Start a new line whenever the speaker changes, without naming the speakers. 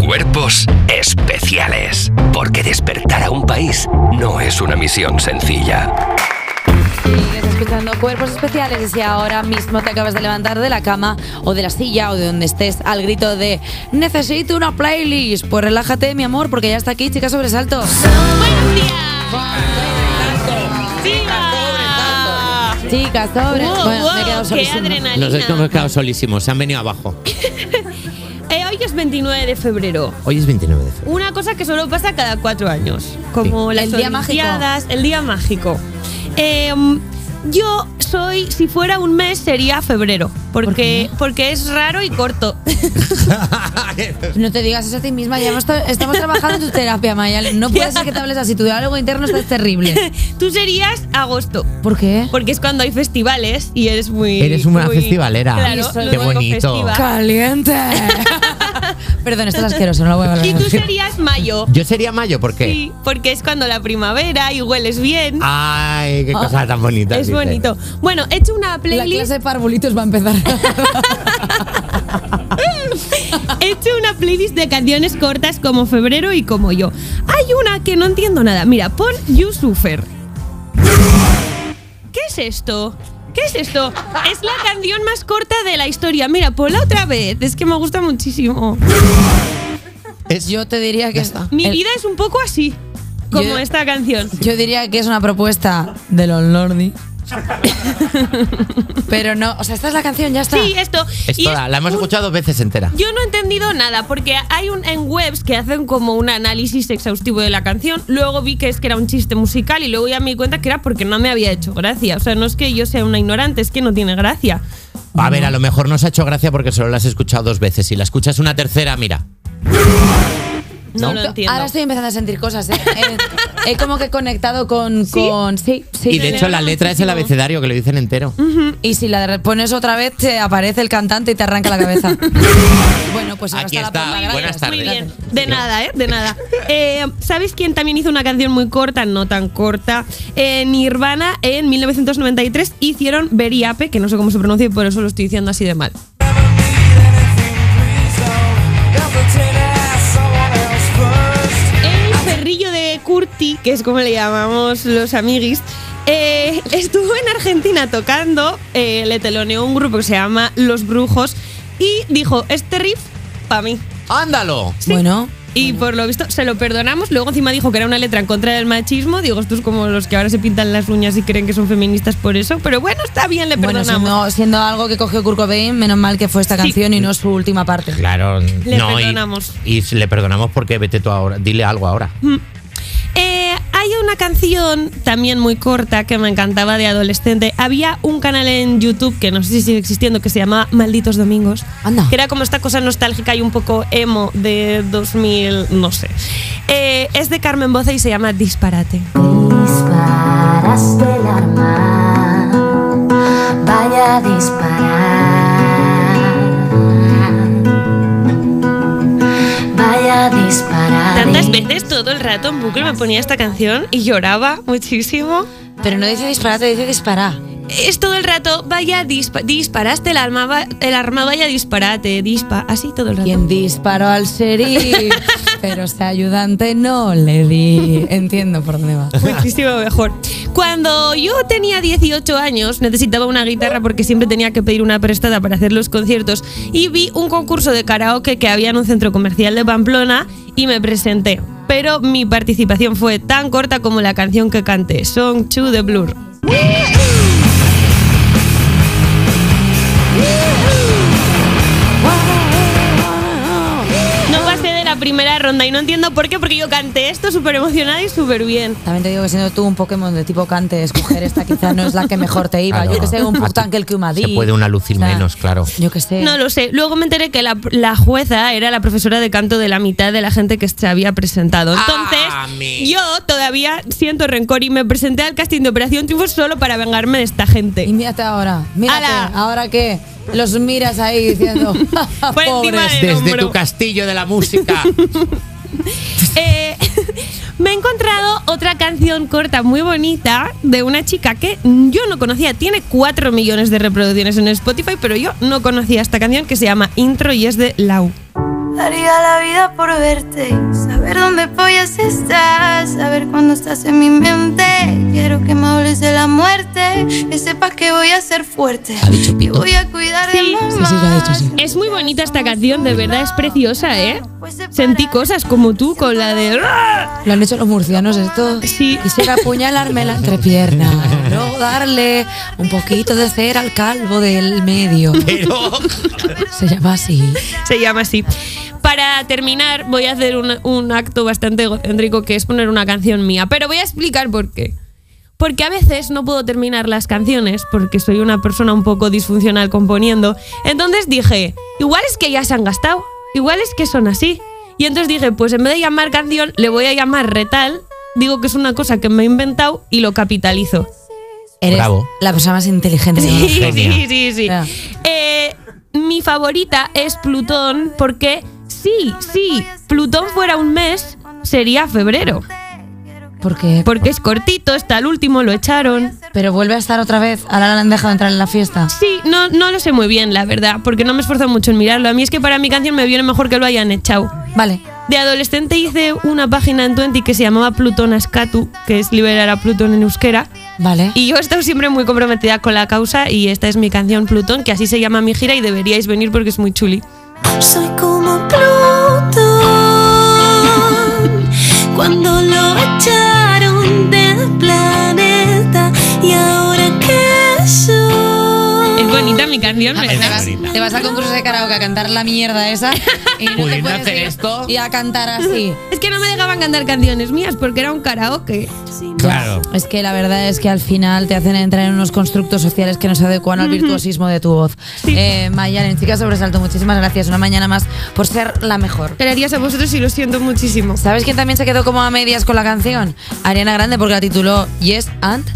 Cuerpos especiales. Porque despertar a un país no es una misión sencilla.
Sigues escuchando cuerpos especiales y si ahora mismo te acabas de levantar de la cama o de la silla o de donde estés al grito de necesito una playlist, pues relájate mi amor porque ya está aquí chica sobresalto.
¡Buenos días!
Chicas sobre,
Wow,
bueno, me he quedado
wow, qué
solísima.
adrenalina.
Los dos hemos quedado solísimos, se han venido abajo.
Eh, hoy es 29 de febrero.
Hoy es 29 de febrero.
Una cosa que solo pasa cada cuatro años. Como las
El día mágico.
Olimpiadas, el día mágico. Eh, yo soy, si fuera un mes, sería febrero. Porque, porque es raro y corto.
No te digas eso a ti misma, ya hemos tra- estamos trabajando en tu terapia, Maya. No puede ser que te hables así, tu diálogo interno está terrible.
Tú serías agosto.
¿Por qué?
Porque es cuando hay festivales y eres muy.
Eres una
muy-
festivalera.
Claro,
Qué
luego
bonito.
festiva.
¡Caliente! Perdón, esto es asqueroso, no lo voy a volver a
Y tú
decir.
serías mayo.
Yo sería mayo, ¿por qué? Ah,
Sí, porque es cuando la primavera y hueles bien.
Ay, qué cosa tan bonita.
Ah, es
dice.
bonito. Bueno, he hecho una
La
playlist.
clase de parvulitos va a empezar.
He hecho una playlist de canciones cortas como Febrero y como yo. Hay una que no entiendo nada. Mira, pon You Suffer. ¿Qué es esto? ¿Qué es esto? Es la canción más corta de la historia. Mira, ponla otra vez. Es que me gusta muchísimo.
Es
Yo te diría que está.
Mi vida es un poco así, como
Yo-
esta canción.
Yo diría que es una propuesta de los Lordi. Pero no, o sea, esta es la canción, ya está.
Sí, esto.
es
y
toda,
es
la hemos
un-
escuchado dos veces entera.
Yo no he entendido nada, porque hay un, en webs que hacen como un análisis exhaustivo de la canción. Luego vi que es que era un chiste musical y luego ya me di cuenta que era porque no me había hecho gracia. O sea, no es que yo sea una ignorante, es que no tiene gracia.
A ver, a lo mejor nos ha hecho gracia porque solo la has escuchado dos veces. Si la escuchas una tercera, mira.
No,
No.
lo entiendo.
Ahora estoy empezando a sentir cosas, ¿eh? Eh, He como que conectado con. con sí, sí.
Y de
me
hecho, la
alegra
letra es el
muchísimo. Mm.
abecedario que lo dicen entero.
Y si la pones otra vez, te aparece el cantante y te arranca la cabeza. bueno, pues ahora
Aquí
está,
está.
la porra,
Buenas
gracias.
tardes.
Muy bien.
Gracias.
De nada, ¿eh? De nada. Eh, ¿Sabéis quién también hizo una canción muy corta? No tan corta. En Nirvana, en 1993, hicieron Beriape, que no sé cómo se pronuncia y por eso lo estoy diciendo así de mal. El perrillo de Curti, que es como le llamamos los amiguis, eh, estuvo en Argentina tocando, eh, le teloneó un grupo que se llama Los Brujos y dijo, este riff para mí.
¡Ándalo!
Bueno,
Y por lo visto se lo perdonamos, luego encima dijo que era una letra en contra del machismo, digo, estos como los que ahora se pintan las uñas y creen que son feministas por eso, pero bueno, está bien, le
bueno
perdonamos.
siendo, siendo algo que cogió Kurt Cobain, menos mal que fue esta canción y no su última parte.
Claro,
Le
no, y-
perdonamos.
Y, le perdonamos porque vete tú ahora, dile algo ahora.
Eh, hay una canción también muy corta que me encantaba de adolescente. Había un canal en YouTube que no sé si sigue existiendo que se llamaba Malditos Domingos.
Anda.
Que era como esta cosa nostálgica y un poco emo de 2000, no sé. Eh, es de Carmen Boza y se llama Disparate.
Disparaste el arma, vaya a disparar, vaya a disparar.
Tantas veces todo el rato en bucle me ponía esta canción y lloraba muchísimo.
Pero no dice disparate, dice disparar.
Es todo el rato, vaya, dispa- disparaste el arma, va- el arma, vaya disparate, dispa, así todo el rato.
Quien disparó al sheriff, pero su ayudante no le di. Entiendo por dónde va.
Muchísimo mejor. Cuando yo tenía 18 años, necesitaba una guitarra porque siempre tenía que pedir una prestada para hacer los conciertos. Y vi un concurso de karaoke que había en un centro comercial de Pamplona y me presenté. Pero mi participación fue tan corta como la canción que canté, Song 2 de Blur. No pasé de la primera ronda y no entiendo por qué, porque yo canté esto súper emocionada y súper bien.
También te digo que siendo tú un Pokémon de tipo cante, escoger esta quizá no es la que mejor te iba.
Claro.
Yo que sé, un Puktankel que
Ah, Se puede una lucir menos, claro.
Yo que sé.
No lo sé. Luego me enteré que la, la jueza era la profesora de canto de la mitad de la gente que se había presentado. Entonces,
Ah, mi-
yo todavía siento rencor y me presenté al casting de Operación Triunfo solo para vengarme de esta gente.
Y mírate ahora, mírate,
¡Hala!
ahora que los miras ahí diciendo, "Ja, ja,
Fue encima
pobres.
de-
Desde
hombro.
tu castillo de la música.
Eh, me he encontrado otra canción corta muy bonita de una chica que yo no conocía. Tiene 4 millones de reproducciones en Spotify, pero yo no conocía esta canción que se llama Intro y es de Lau.
Daría la vida por verte, saber dónde pollas estás, saber cuándo estás en mi mente. Quiero que me hables de la muerte, que sepas que voy a ser fuerte.
Ha dicho
Y
Pito.
voy a cuidar de
Sí,
mamá.
sí, sí, lo ha dicho, sí.
Es muy bonita esta canción, de verdad es preciosa, ¿eh? Sentí cosas como tú con la de.
Lo han hecho los murcianos esto.
Sí.
Quisiera apuñalarme la entrepierna, luego darle un poquito de cera al calvo del medio.
Pero.
Se llama así.
Se llama así. Para terminar, voy a hacer un, un acto bastante egocéntrico que es poner una canción mía. Pero voy a explicar por qué. Porque a veces no puedo terminar las canciones porque soy una persona un poco disfuncional componiendo. Entonces dije, igual es que ya se han gastado, igual es que son así. Y entonces dije, pues en vez de llamar canción, le voy a llamar retal. Digo que es una cosa que me he inventado y lo capitalizo.
Eres
Bravo.
la persona más inteligente. del mundo.
Sí,
Genia.
sí, sí, sí.
Ya.
Eh, mi favorita es Plutón porque sí, sí, Plutón fuera un mes sería febrero.
Porque,
Pues-
Porque es cortito, está el último, lo echaron.
pero vuelve a estar otra vez. Ahora la han dejado entrar en la fiesta.
Sí, no, no lo sé muy bien, la verdad, porque no me esfuerzo mucho en mirarlo. A mí es que para mi canción me viene mejor que lo hayan echado.
Vale.
De adolescente hice una página en Twenty que se llamaba Plutón Ascatu, que es liberar a Plutón en euskera.
Vale.
Y yo he estado siempre muy comprometida con la causa y esta es mi canción Plutón, que así se llama mi gira y deberíais venir porque es muy chuli.
Soy como Plutón cuando lo echaron del planeta y ahora que soy.
Es bonita mi canción,
Ah,
Te
¿verdad?
vas,
Margarita.
te vas al concurso de karaoke a cantar la mierda esa y no te
Pudiendo
puedes
hacer
ir
esto.
y a cantar así.
Es que no me dejaban cantar canciones mías porque era un karaoke.
Claro.
Es que la verdad es que al final te hacen entrar en unos constructos sociales que no se adecuan al virtuosismo de tu voz. Eh, Mayalen, chica sobresalto, muchísimas gracias una mañana más por ser la mejor.
Gracias a vosotros y lo siento muchísimo.
¿Sabes quién también se quedó como a medias con la canción? Ariana Grande porque la tituló Yes and